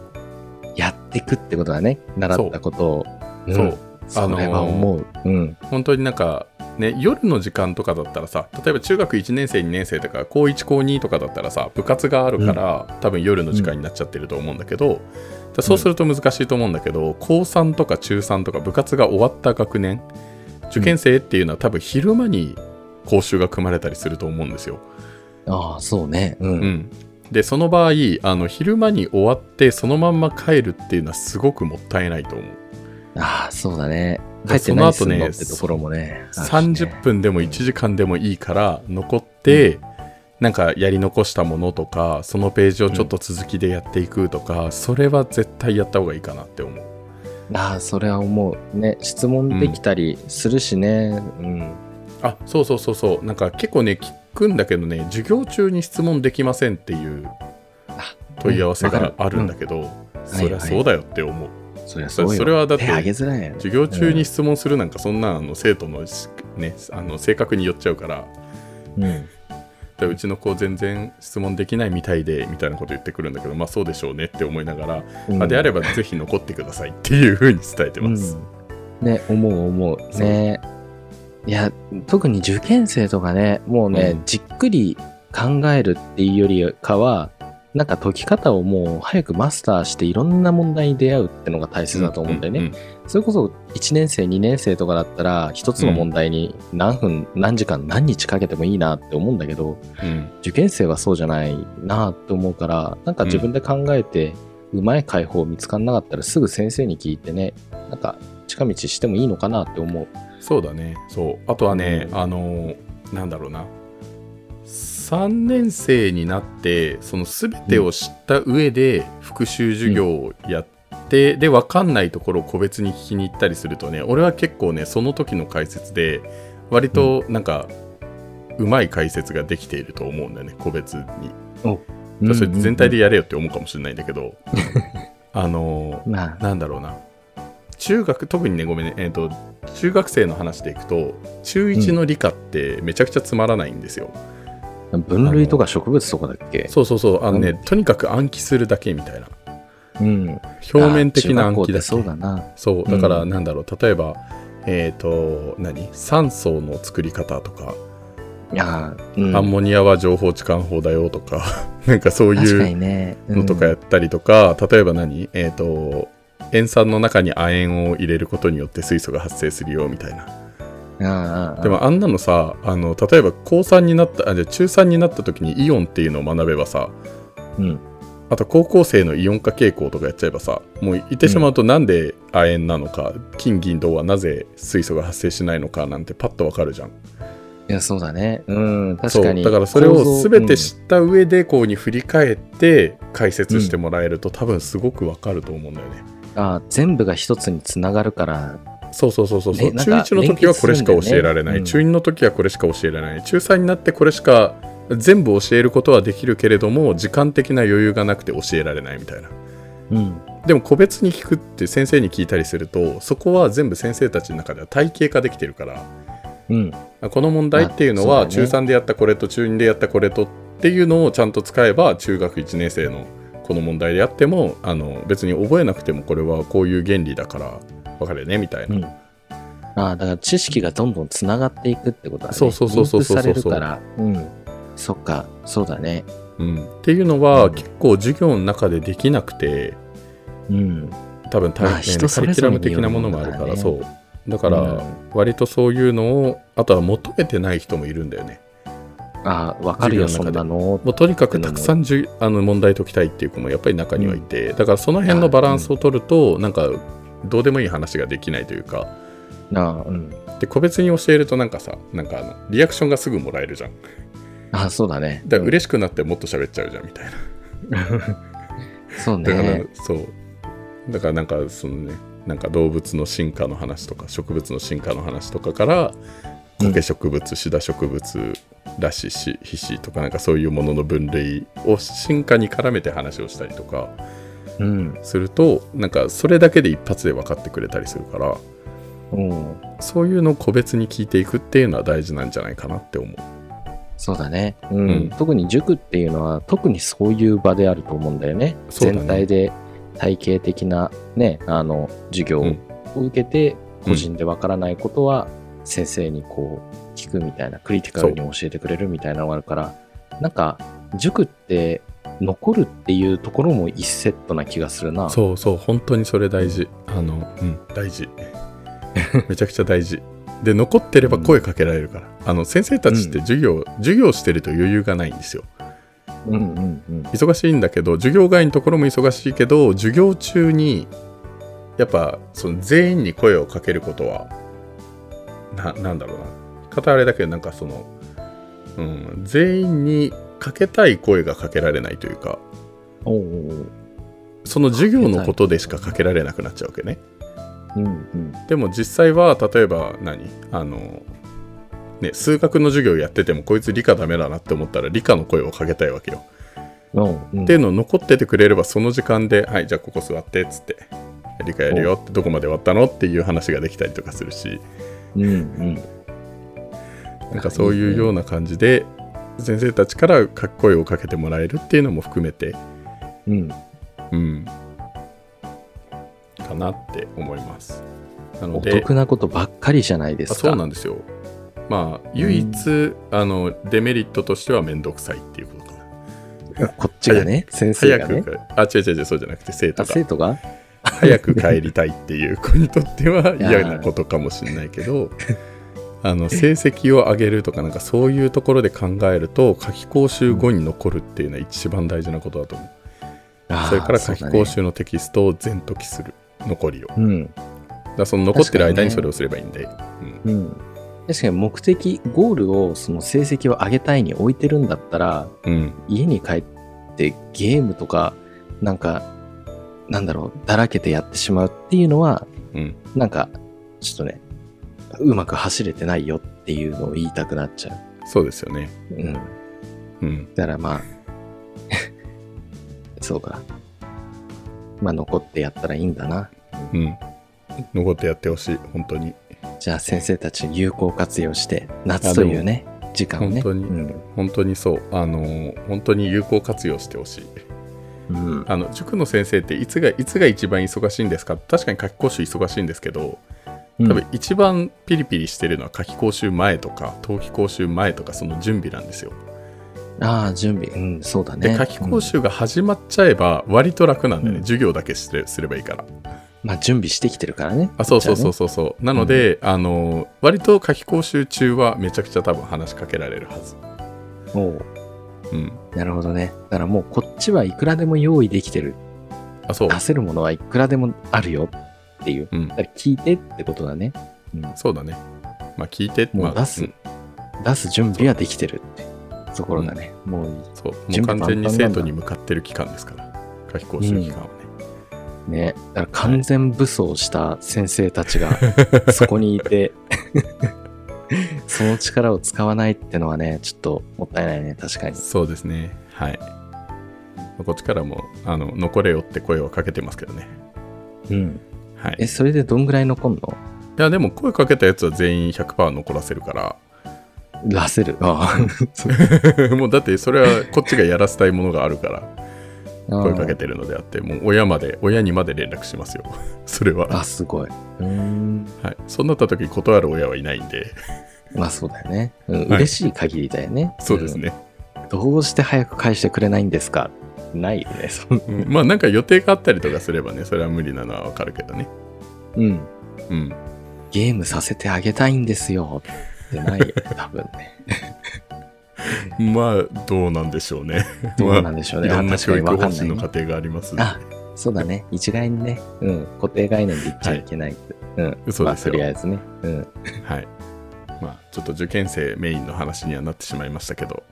[SPEAKER 1] やっていくってことだね。習ったことを。ん
[SPEAKER 2] そう。
[SPEAKER 1] それは思う。うん。
[SPEAKER 2] 本当になんか、ね、夜の時間とかだったらさ、例えば中学1年生、2年生とか、高1、高2とかだったらさ、部活があるから、多分夜の時間になっちゃってると思うんだけど、だそうすると難しいと思うんだけど、高3とか中3とか部活が終わった学年、受験生っていうのは多分昼間に講習が組まれたりすると思うんですよ。
[SPEAKER 1] ああ、そうね。う。
[SPEAKER 2] うんん、でその場合あの昼間に終わってそのまんま帰るっていうのはすごくもったいないと思う
[SPEAKER 1] ああ、そうだね。帰
[SPEAKER 2] で
[SPEAKER 1] って何すん
[SPEAKER 2] その
[SPEAKER 1] の
[SPEAKER 2] 後ね
[SPEAKER 1] ってところもね。あるしね
[SPEAKER 2] 30分でも1時間でもいいから残って、なんかやり残したものとかそのページをちょっと続きでやっていくとか、それは絶対やった方がいいかなって思う
[SPEAKER 1] ああ、それは思う。ね、質問できたりするしね。うん。
[SPEAKER 2] あそうそうそうそうなんか結構ね聞くんだけどね授業中に質問できませんっていう
[SPEAKER 1] あ
[SPEAKER 2] 問い合わせがあるんだ
[SPEAKER 1] け
[SPEAKER 2] けど、
[SPEAKER 1] ん
[SPEAKER 2] そりゃそうだよって思う、
[SPEAKER 1] ど。そりゃそうよ。
[SPEAKER 2] それはだって
[SPEAKER 1] 手挙げづらいよね。
[SPEAKER 2] 授業中に質問するなんかそんなあの生徒の,、ね、あの性格によっちゃうから
[SPEAKER 1] うん。
[SPEAKER 2] でうちの子全然質問できないみたいでみたいなこと言ってくるんだけどまあそうでしょうねって思いながら、
[SPEAKER 1] うん
[SPEAKER 2] あであればぜひ残ってくださいっていうふうに伝えてます、
[SPEAKER 1] うんね、思う思う。ね。いや、特に受験生とかね、もうね、
[SPEAKER 2] うん
[SPEAKER 1] じっくり考えるっていうよりかは、なんか解き方をもう早くマスターしていろんな問題に出会うってのが大切だと思うんだよね。
[SPEAKER 2] うん
[SPEAKER 1] それこそ1年生、2年生とかだったら、一つの問題に何分、何時間、何日かけてもいいなって思うんだけど、
[SPEAKER 2] うん
[SPEAKER 1] 受験生はそうじゃないなって思うからなんか自分で考えて、うまい解放見つかんなかったらすぐ先生に聞いてねなんか近道してもいいのかなって思う
[SPEAKER 2] そうだねそうあとはね、
[SPEAKER 1] うん
[SPEAKER 2] あのなんだろうな3年生になってその全てを知った上で復習授業をやって、で分かんないところを個別に聞きに行ったりするとね俺は結構ねその時の解説で割となんか、うまい解説ができていると思うんだよね個別にだからそれ全体でやれよって思うかもしれないんだけ ど、あの
[SPEAKER 1] まあ
[SPEAKER 2] なんだろうな中学特にねごめんねえっ、と中学生の話でいくと中1の理科ってめちゃくちゃつまらないんですよ、
[SPEAKER 1] 分類とか植物とかだっけ
[SPEAKER 2] そうそうそうあのね、
[SPEAKER 1] うん
[SPEAKER 2] とにかく暗記するだけみたいな
[SPEAKER 1] うん
[SPEAKER 2] 表面的
[SPEAKER 1] あ中学
[SPEAKER 2] な暗
[SPEAKER 1] 校
[SPEAKER 2] 記
[SPEAKER 1] っ
[SPEAKER 2] だ
[SPEAKER 1] て
[SPEAKER 2] け
[SPEAKER 1] そうだな
[SPEAKER 2] そうだから
[SPEAKER 1] うん
[SPEAKER 2] なんだろう、例えばえっ、と何酸素の作り方とか、
[SPEAKER 1] いやー、うん
[SPEAKER 2] アンモニアは情報置換法だよとか なんかそう
[SPEAKER 1] 確か
[SPEAKER 2] い
[SPEAKER 1] に
[SPEAKER 2] う
[SPEAKER 1] ね
[SPEAKER 2] のとかやったりとか、例えば何えっ、と塩酸の中に亜鉛を入れることによって水素が発生するよみたいな
[SPEAKER 1] ああ
[SPEAKER 2] でもあんなのさあの例えば高3になったあじゃあ中3になった時にイオンっていうのを学べばさ
[SPEAKER 1] うん
[SPEAKER 2] あと高校生のイオン化傾向とかやっちゃえばさもう言ってしまうとなんで亜鉛なのか、金銀銅はなぜ水素が発生しないのかなんてパッとわかるじゃん
[SPEAKER 1] いやそうだねうん確かに
[SPEAKER 2] そうだからそれを全て
[SPEAKER 1] し
[SPEAKER 2] 知った上でこうに振り返って解説してもらえると、多分すごくわかると思うんだよね
[SPEAKER 1] ああ全部が一つにつながるから
[SPEAKER 2] そうそうそうそうそう、
[SPEAKER 1] ねなん
[SPEAKER 2] 中
[SPEAKER 1] か
[SPEAKER 2] 1の時はこれしか教えられない、
[SPEAKER 1] 連結す
[SPEAKER 2] 中
[SPEAKER 1] る
[SPEAKER 2] 2の時はこれしか教えられない中3になってこれしか全部教えることはできるけれども時間的な余裕がなくて教えられないみたいな
[SPEAKER 1] うん
[SPEAKER 2] でも個別に聞くって先生に聞いたりするとそこは全部先生たちの中では体系化できてるから
[SPEAKER 1] うん
[SPEAKER 2] あこの問題っていうの
[SPEAKER 1] ま
[SPEAKER 2] は
[SPEAKER 1] あそう
[SPEAKER 2] 中
[SPEAKER 1] だね
[SPEAKER 2] 3でやったこれと中2でやったこれとっていうのをちゃんと使えば中学1年生のこの問題であってもあの別に覚えなくてもこれはこういう原理だから分かるよねみたいな、
[SPEAKER 1] うんああだから知識がどんどんつながっていくってことだね
[SPEAKER 2] そうそうそうそうそうそう
[SPEAKER 1] リンクされるからうんそっかそうだね
[SPEAKER 2] うんっていうの
[SPEAKER 1] う
[SPEAKER 2] は
[SPEAKER 1] ん
[SPEAKER 2] 結構授業の中でできなくて
[SPEAKER 1] うん
[SPEAKER 2] 多分大
[SPEAKER 1] まあ
[SPEAKER 2] 変、
[SPEAKER 1] 人
[SPEAKER 2] カ
[SPEAKER 1] そ
[SPEAKER 2] リ
[SPEAKER 1] れ
[SPEAKER 2] キュ
[SPEAKER 1] ぞ
[SPEAKER 2] ラ
[SPEAKER 1] れ
[SPEAKER 2] ム
[SPEAKER 1] に
[SPEAKER 2] 的
[SPEAKER 1] よる
[SPEAKER 2] なも
[SPEAKER 1] も
[SPEAKER 2] の
[SPEAKER 1] の
[SPEAKER 2] も
[SPEAKER 1] だ
[SPEAKER 2] あ
[SPEAKER 1] から
[SPEAKER 2] る
[SPEAKER 1] ね
[SPEAKER 2] からそうだから
[SPEAKER 1] うん
[SPEAKER 2] 割とそういうのをあとは求めてない人もいるんだよね
[SPEAKER 1] ああわかるよそ
[SPEAKER 2] 授業
[SPEAKER 1] ん
[SPEAKER 2] の中で
[SPEAKER 1] なの
[SPEAKER 2] もうとにかくたくさんじゅあの問題解きたいっていう子もやっぱり中にはいて、だからその辺のバランスを取ると、なんかどうでもいい話ができないというか
[SPEAKER 1] ああうん
[SPEAKER 2] で個別に教えるとなんかさなんかあのリアクションがすぐもらえるじゃん
[SPEAKER 1] ああそうだね
[SPEAKER 2] だから
[SPEAKER 1] うん
[SPEAKER 2] 嬉しくなってもっと喋っちゃうじゃんみたいな
[SPEAKER 1] そう
[SPEAKER 2] だから、
[SPEAKER 1] ね
[SPEAKER 2] そうだからなんかそのねなんか動物の進化の話とか植物の進化の話とかから
[SPEAKER 1] うん
[SPEAKER 2] 苔植物シダ植物らしし皮脂とかなんかそういうものの分類を進化に絡めて話をしたりとか
[SPEAKER 1] うん
[SPEAKER 2] するとなんかそれだけで一発で分かってくれたりするから
[SPEAKER 1] うん
[SPEAKER 2] そういうのを個別に聞いていくっていうのは大事なんじゃないかなって思う
[SPEAKER 1] そうだね、うん
[SPEAKER 2] うん
[SPEAKER 1] 特に塾っていうのは特にそういう場であると思うんだよね
[SPEAKER 2] そうだね
[SPEAKER 1] 全体で体系的な、ね、あの授業を受けて個人でわからないことは先生にこう聞くみたいな、クリティカルに教えてくれるみたいなのがあるからなんか塾って残るっていうところも一セットな気がするな
[SPEAKER 2] そうそう本当にそれ大事あのうん大事 めちゃくちゃ大事で残ってれば声かけられるから、あの先生たちって授業、授業してると余裕がないんですよ
[SPEAKER 1] うんうんうん
[SPEAKER 2] 忙しいんだけど授業外のところも忙しいけど授業中にやっぱその全員に声をかけることはななんだろうな片あれだけどなんかその、うん、全員にかけたい声がかけられないというか
[SPEAKER 1] おうおう
[SPEAKER 2] その授業のことでしかかけられなくなっちゃうわけね
[SPEAKER 1] うんうん
[SPEAKER 2] でも実際は例えば何あのね数学の授業やっててもこいつ理科ダメだなって思ったら理科の声をかけたいわけよ
[SPEAKER 1] おううん
[SPEAKER 2] っていうのを残っててくれればその時間で「はいじゃあここ座って」っつって「理科やるよ」ってどこまで終わったのっていう話ができたりとかするし
[SPEAKER 1] うんうん
[SPEAKER 2] なんかそういうような感じで先生たちからかっこいいをかけてもらえるっていうのも含めて
[SPEAKER 1] うん
[SPEAKER 2] うんかなって思いますなの
[SPEAKER 1] お
[SPEAKER 2] で
[SPEAKER 1] 得なことばっかりじゃないで
[SPEAKER 2] あ
[SPEAKER 1] すか
[SPEAKER 2] そうなんですよまあ唯一あのデメリットとしては面倒くさいっていうことかな
[SPEAKER 1] こっちがね、先生
[SPEAKER 2] 早
[SPEAKER 1] がね。
[SPEAKER 2] くあ違う違う違うそうじゃなくて生
[SPEAKER 1] あ、
[SPEAKER 2] 徒が
[SPEAKER 1] 生徒が
[SPEAKER 2] 早く帰りたいっていう子にとっては
[SPEAKER 1] いや
[SPEAKER 2] 嫌なことかもしれないけどあの成績を上げるとかなんかそういうところで考えると夏期講習後に残るっていうのは一番大事なことだと思うそれから夏期講
[SPEAKER 1] 習。
[SPEAKER 2] 習のテキストを全解きする残りをだか
[SPEAKER 1] うん。
[SPEAKER 2] らその残ってる間に
[SPEAKER 1] 確かにね
[SPEAKER 2] それをすればいいんで、
[SPEAKER 1] うん。確かに目的、ゴールを、その成績を上げたいに置いてるんだったら、
[SPEAKER 2] うんうん
[SPEAKER 1] 家に帰ってゲームとか、なんか、なんだろう、だらけてやってしまうっていうのは、
[SPEAKER 2] うん
[SPEAKER 1] なんか、ちょっとね、うまく走れてないよっていうのを言いたくなっちゃ
[SPEAKER 2] そうですよね
[SPEAKER 1] う。うん。だ
[SPEAKER 2] うん
[SPEAKER 1] からまあ、 そうか。まあ残ってやったらいいんだな。
[SPEAKER 2] うん残ってやってほしい本当に
[SPEAKER 1] じゃあ先生たちを有効活用して夏というね時間をね
[SPEAKER 2] 本当に
[SPEAKER 1] うん
[SPEAKER 2] 本当にそうあのー本当に有効活用してほしい
[SPEAKER 1] うん
[SPEAKER 2] あの塾の先生っていつがいつが一番忙しいんですか確かに夏期講習忙しいんですけど多分一番ピリピリしてるのは夏期講習前とか冬季講習前とかその準備なんですよ。
[SPEAKER 1] ああ準備うんそうだね
[SPEAKER 2] で夏期講習が始まっちゃえば割と楽なんだよね、
[SPEAKER 1] うん
[SPEAKER 2] 授業だけしてすればいいから。
[SPEAKER 1] まあ準備してきてるからね。
[SPEAKER 2] あそうそうそうそうそうなので、あの割と夏期講習中はめちゃくちゃ多分話しかけられるはず
[SPEAKER 1] おう
[SPEAKER 2] うん
[SPEAKER 1] なるほどね。だからもうこっちはいくらでも用意できてる。
[SPEAKER 2] あそう
[SPEAKER 1] 出せるものはいくらでもあるよっていう。
[SPEAKER 2] うん
[SPEAKER 1] だから聞いてってことだね。うん、
[SPEAKER 2] そうだねまあ聞いて
[SPEAKER 1] もう
[SPEAKER 2] まあ
[SPEAKER 1] 出す、出す準備はできてるってところだね。もう
[SPEAKER 2] そうも
[SPEAKER 1] 準
[SPEAKER 2] う
[SPEAKER 1] 備
[SPEAKER 2] 完全に
[SPEAKER 1] 万端な
[SPEAKER 2] 生
[SPEAKER 1] んだ
[SPEAKER 2] 徒に向かってる期間ですから夏期講習期間はね、
[SPEAKER 1] いいね。だから完全武装した先生たちが そこにいて、 その力を使わないってのはね、ちょっともったいないね。確かに。
[SPEAKER 2] そうですねはいこっちからもあの残れよって声はかけてますけどね
[SPEAKER 1] うん。
[SPEAKER 2] はい
[SPEAKER 1] え、それでどんぐらい残んの
[SPEAKER 2] いやでも声かけたやつは全員100%残らせ るか
[SPEAKER 1] 出せる。あ
[SPEAKER 2] らもうだってそれはこっちがやらせたいものがあるから
[SPEAKER 1] あ。
[SPEAKER 2] 声かけてるのであってもう親まで親にまで連絡しますよそれは、
[SPEAKER 1] あ、
[SPEAKER 2] は
[SPEAKER 1] すごい。うーん。
[SPEAKER 2] い、そうなった時断る親はいないんで
[SPEAKER 1] まあそうだよね。うん、
[SPEAKER 2] はい
[SPEAKER 1] 嬉しい限りだよね。
[SPEAKER 2] そうですね、
[SPEAKER 1] うん。どうして早く返してくれないんですかないよね。その
[SPEAKER 2] うんまあなんか予定があったりとかすればねそれは無理なのはわかるけどね
[SPEAKER 1] うん。
[SPEAKER 2] うん
[SPEAKER 1] ゲームさせてあげたいんですよ。ってないよね、多分ね。
[SPEAKER 2] まあどうなんでしょうね
[SPEAKER 1] どうなんでしょう
[SPEAKER 2] い
[SPEAKER 1] ね。
[SPEAKER 2] ろんな
[SPEAKER 1] あ
[SPEAKER 2] 教
[SPEAKER 1] 確か
[SPEAKER 2] 育
[SPEAKER 1] に
[SPEAKER 2] 方
[SPEAKER 1] わかん
[SPEAKER 2] 針の
[SPEAKER 1] ないね
[SPEAKER 2] 過程があります
[SPEAKER 1] あ、そうだね。一概にね、うん、固定概念で言っちゃいけない。うん。
[SPEAKER 2] そう
[SPEAKER 1] ま
[SPEAKER 2] で
[SPEAKER 1] あ、
[SPEAKER 2] す
[SPEAKER 1] と
[SPEAKER 2] よ
[SPEAKER 1] りあえずね。うん。
[SPEAKER 2] はいまあちょっと受験生メインの話にはなってしまいましたけど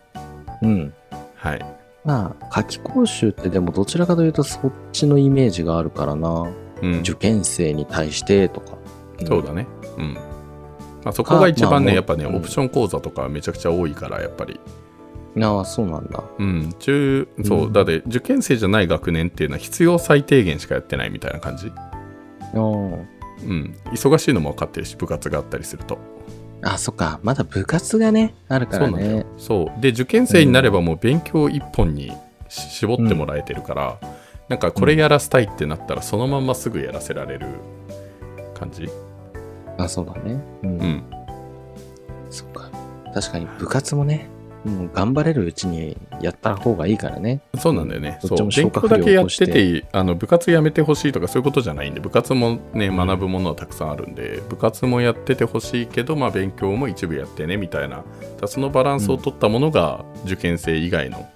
[SPEAKER 1] うん。
[SPEAKER 2] はい
[SPEAKER 1] まあ、夏期講習ってでもどちらかというとそっちのイメージがあるからな。
[SPEAKER 2] うん
[SPEAKER 1] 受験生に対してとか。ん
[SPEAKER 2] そうだね。うん。まあ、そこが一番
[SPEAKER 1] まあも
[SPEAKER 2] ね、
[SPEAKER 1] う
[SPEAKER 2] やっぱね、
[SPEAKER 1] うん
[SPEAKER 2] オプション講座とかめちゃくちゃ多いから、やっぱり。
[SPEAKER 1] ああ、そうなんだ。
[SPEAKER 2] うん。中、そう、
[SPEAKER 1] うん
[SPEAKER 2] だって受験生じゃない学年っていうのは必要最低限しかやってないみたいな感じ。
[SPEAKER 1] うん。
[SPEAKER 2] うん。忙しいのも分かってるし、部活があったりすると。
[SPEAKER 1] あ、そっか。まだ部活がね、ある
[SPEAKER 2] そ
[SPEAKER 1] か
[SPEAKER 2] うな
[SPEAKER 1] ら
[SPEAKER 2] んだよ
[SPEAKER 1] ね。。
[SPEAKER 2] そう。で、受験生になればもう勉強一本にし絞ってもらえてるから、なんかこれやらせたいってなったら、そのまんますぐやらせられる感じ。
[SPEAKER 1] あ、そうだね。うん。
[SPEAKER 2] うん。
[SPEAKER 1] そっか。確かに部活もね、もう頑張れるうちにやった方がいいからね。
[SPEAKER 2] そうなんだよね。
[SPEAKER 1] どっ
[SPEAKER 2] そ
[SPEAKER 1] ち
[SPEAKER 2] う。
[SPEAKER 1] も
[SPEAKER 2] 勉
[SPEAKER 1] 消化
[SPEAKER 2] 強
[SPEAKER 1] 不良
[SPEAKER 2] だけや
[SPEAKER 1] を起
[SPEAKER 2] っ
[SPEAKER 1] こして
[SPEAKER 2] てて、あの部活やめてほしいとかそういうことじゃないんで、部活もね、学ぶものはたくさんあるんで、部活もやっててほしいけど、まあ勉強も一部やってね、みたいな。だからそのバランスを取ったものが受験生以外の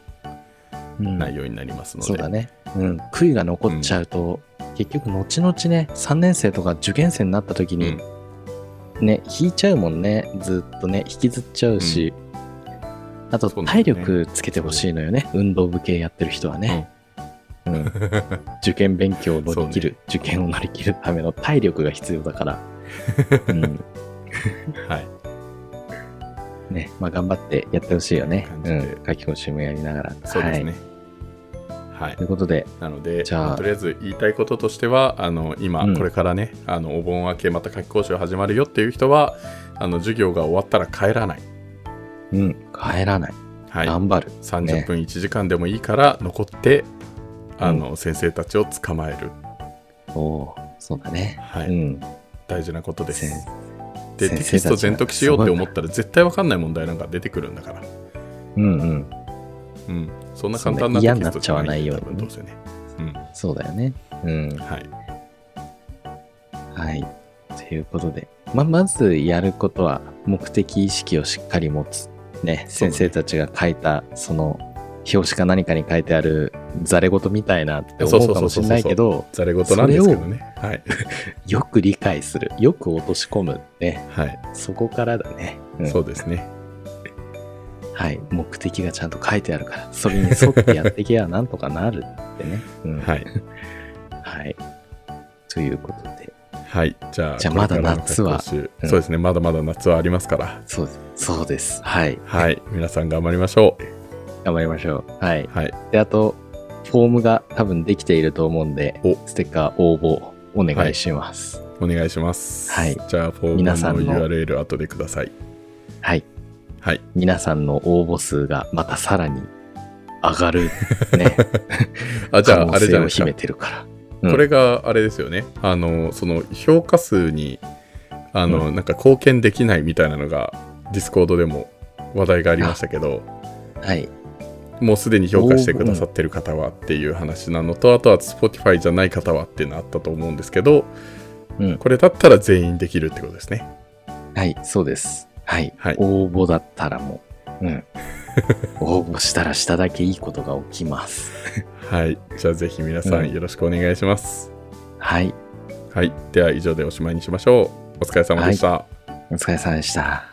[SPEAKER 1] うん。
[SPEAKER 2] 内容になりますので。
[SPEAKER 1] そうだね。うん。悔いが残っちゃうと、結局後々ね、3年生とか受験生になった時に、ね、引いちゃうもんね。ずっとね、引きずっちゃうし。あと、
[SPEAKER 2] そうなんだよ
[SPEAKER 1] 体
[SPEAKER 2] ね
[SPEAKER 1] 力つけてほしいのよね。運動部系やってる人はね。うん。 受験勉強を乗り切る、受験を乗り切るための体力が必要だ から、うん、
[SPEAKER 2] うん。はい。
[SPEAKER 1] ね、まあ頑張ってやってほしいよね
[SPEAKER 2] 感。じ
[SPEAKER 1] う
[SPEAKER 2] で
[SPEAKER 1] ん、書き講習もやりながら。
[SPEAKER 2] そうですね
[SPEAKER 1] はい。。
[SPEAKER 2] はい
[SPEAKER 1] とい。うことで、
[SPEAKER 2] なので
[SPEAKER 1] じゃあ
[SPEAKER 2] まとりあえず言いたいこととしてはあの今
[SPEAKER 1] うん
[SPEAKER 2] これからね、あのお盆明けまた夏期講習始まるよっていう人はあの授業が終わったら帰らない、
[SPEAKER 1] うん、帰らない、
[SPEAKER 2] はい、
[SPEAKER 1] 頑張る。
[SPEAKER 2] 30分1時間でもいいから残って、
[SPEAKER 1] うん
[SPEAKER 2] あの先生たちを捕まえる、
[SPEAKER 1] おおー、そうだね。
[SPEAKER 2] はい
[SPEAKER 1] うん、
[SPEAKER 2] 大事なことです
[SPEAKER 1] 先
[SPEAKER 2] で
[SPEAKER 1] 先生たちが
[SPEAKER 2] テキスト全読しようって思ったら絶対わかんない問題なんか出てくるんだから、
[SPEAKER 1] うん、うん、
[SPEAKER 2] うん、そんな簡単な
[SPEAKER 1] そう
[SPEAKER 2] テ
[SPEAKER 1] ね
[SPEAKER 2] キ
[SPEAKER 1] 嫌にな
[SPEAKER 2] ストじゃない
[SPEAKER 1] っちゃわないように
[SPEAKER 2] 多分どうせね、うん
[SPEAKER 1] そうだよね。うん、
[SPEAKER 2] はい、
[SPEAKER 1] はい。ということで、まあ、まずやることは、目的意識をしっかり持つ。ね、
[SPEAKER 2] そう
[SPEAKER 1] 先
[SPEAKER 2] だね
[SPEAKER 1] 生たちが書いた、その、表紙か何かに書いてある、ざれ言みたいなって
[SPEAKER 2] そ
[SPEAKER 1] 思
[SPEAKER 2] うそう
[SPEAKER 1] う
[SPEAKER 2] そ
[SPEAKER 1] か
[SPEAKER 2] う
[SPEAKER 1] も
[SPEAKER 2] そ
[SPEAKER 1] し
[SPEAKER 2] うそう
[SPEAKER 1] れないけど、
[SPEAKER 2] ざれ事なんですけどねはい、
[SPEAKER 1] よく理解する。よく落とし込む。ね。
[SPEAKER 2] はい
[SPEAKER 1] そこからだね。うん
[SPEAKER 2] そうですね
[SPEAKER 1] はい。目的がちゃんと書いてあるから、それに沿ってやっていけばなんとかなるってね。うん、。
[SPEAKER 2] はいい、
[SPEAKER 1] はい。ということで、
[SPEAKER 2] はい、じゃあ
[SPEAKER 1] じゃあまだ
[SPEAKER 2] これからの
[SPEAKER 1] 夏は
[SPEAKER 2] 夏期講習
[SPEAKER 1] うん
[SPEAKER 2] そうですねまだまだ夏はありますから
[SPEAKER 1] そうです。そうです。はい。
[SPEAKER 2] はい皆さん頑張りましょ。
[SPEAKER 1] 頑張りましょう。はいう
[SPEAKER 2] はい
[SPEAKER 1] で、あと、フォームが多分できていると思うんで
[SPEAKER 2] お、
[SPEAKER 1] ステッカー応募お願いします。
[SPEAKER 2] お願いします
[SPEAKER 1] はい
[SPEAKER 2] じゃあフォーム
[SPEAKER 1] 皆さんの
[SPEAKER 2] の URL 後でください
[SPEAKER 1] はい。
[SPEAKER 2] はい
[SPEAKER 1] 皆さんの応募数がまたさらに上が る、ね、
[SPEAKER 2] あじゃ
[SPEAKER 1] 可
[SPEAKER 2] あ、あ
[SPEAKER 1] 能
[SPEAKER 2] れじ
[SPEAKER 1] 性
[SPEAKER 2] ゃな
[SPEAKER 1] を
[SPEAKER 2] いです
[SPEAKER 1] 秘
[SPEAKER 2] か
[SPEAKER 1] め。てるから。うん
[SPEAKER 2] これがあれですよね。あの、その評価数に、あの、なんか貢献できないみたいなのが、ディスコードでも話題がありましたけど、
[SPEAKER 1] はい。
[SPEAKER 2] もうすでに評価してくださってる方はっていう話なのとあとは Spotify じゃない方はっていうのあったと思うんですけど
[SPEAKER 1] うん。
[SPEAKER 2] これだったら全員できるってことですね
[SPEAKER 1] はい、そうです。はい。
[SPEAKER 2] はい
[SPEAKER 1] 応募だったらもう、 うん。応募したらしただけいいことが起きます。
[SPEAKER 2] はいじゃあぜひ皆さ
[SPEAKER 1] うん
[SPEAKER 2] んよろしくお願いします、
[SPEAKER 1] はい。
[SPEAKER 2] はいでは以上でおしまいにしましょうお疲れ様でした、
[SPEAKER 1] お疲れ様でした。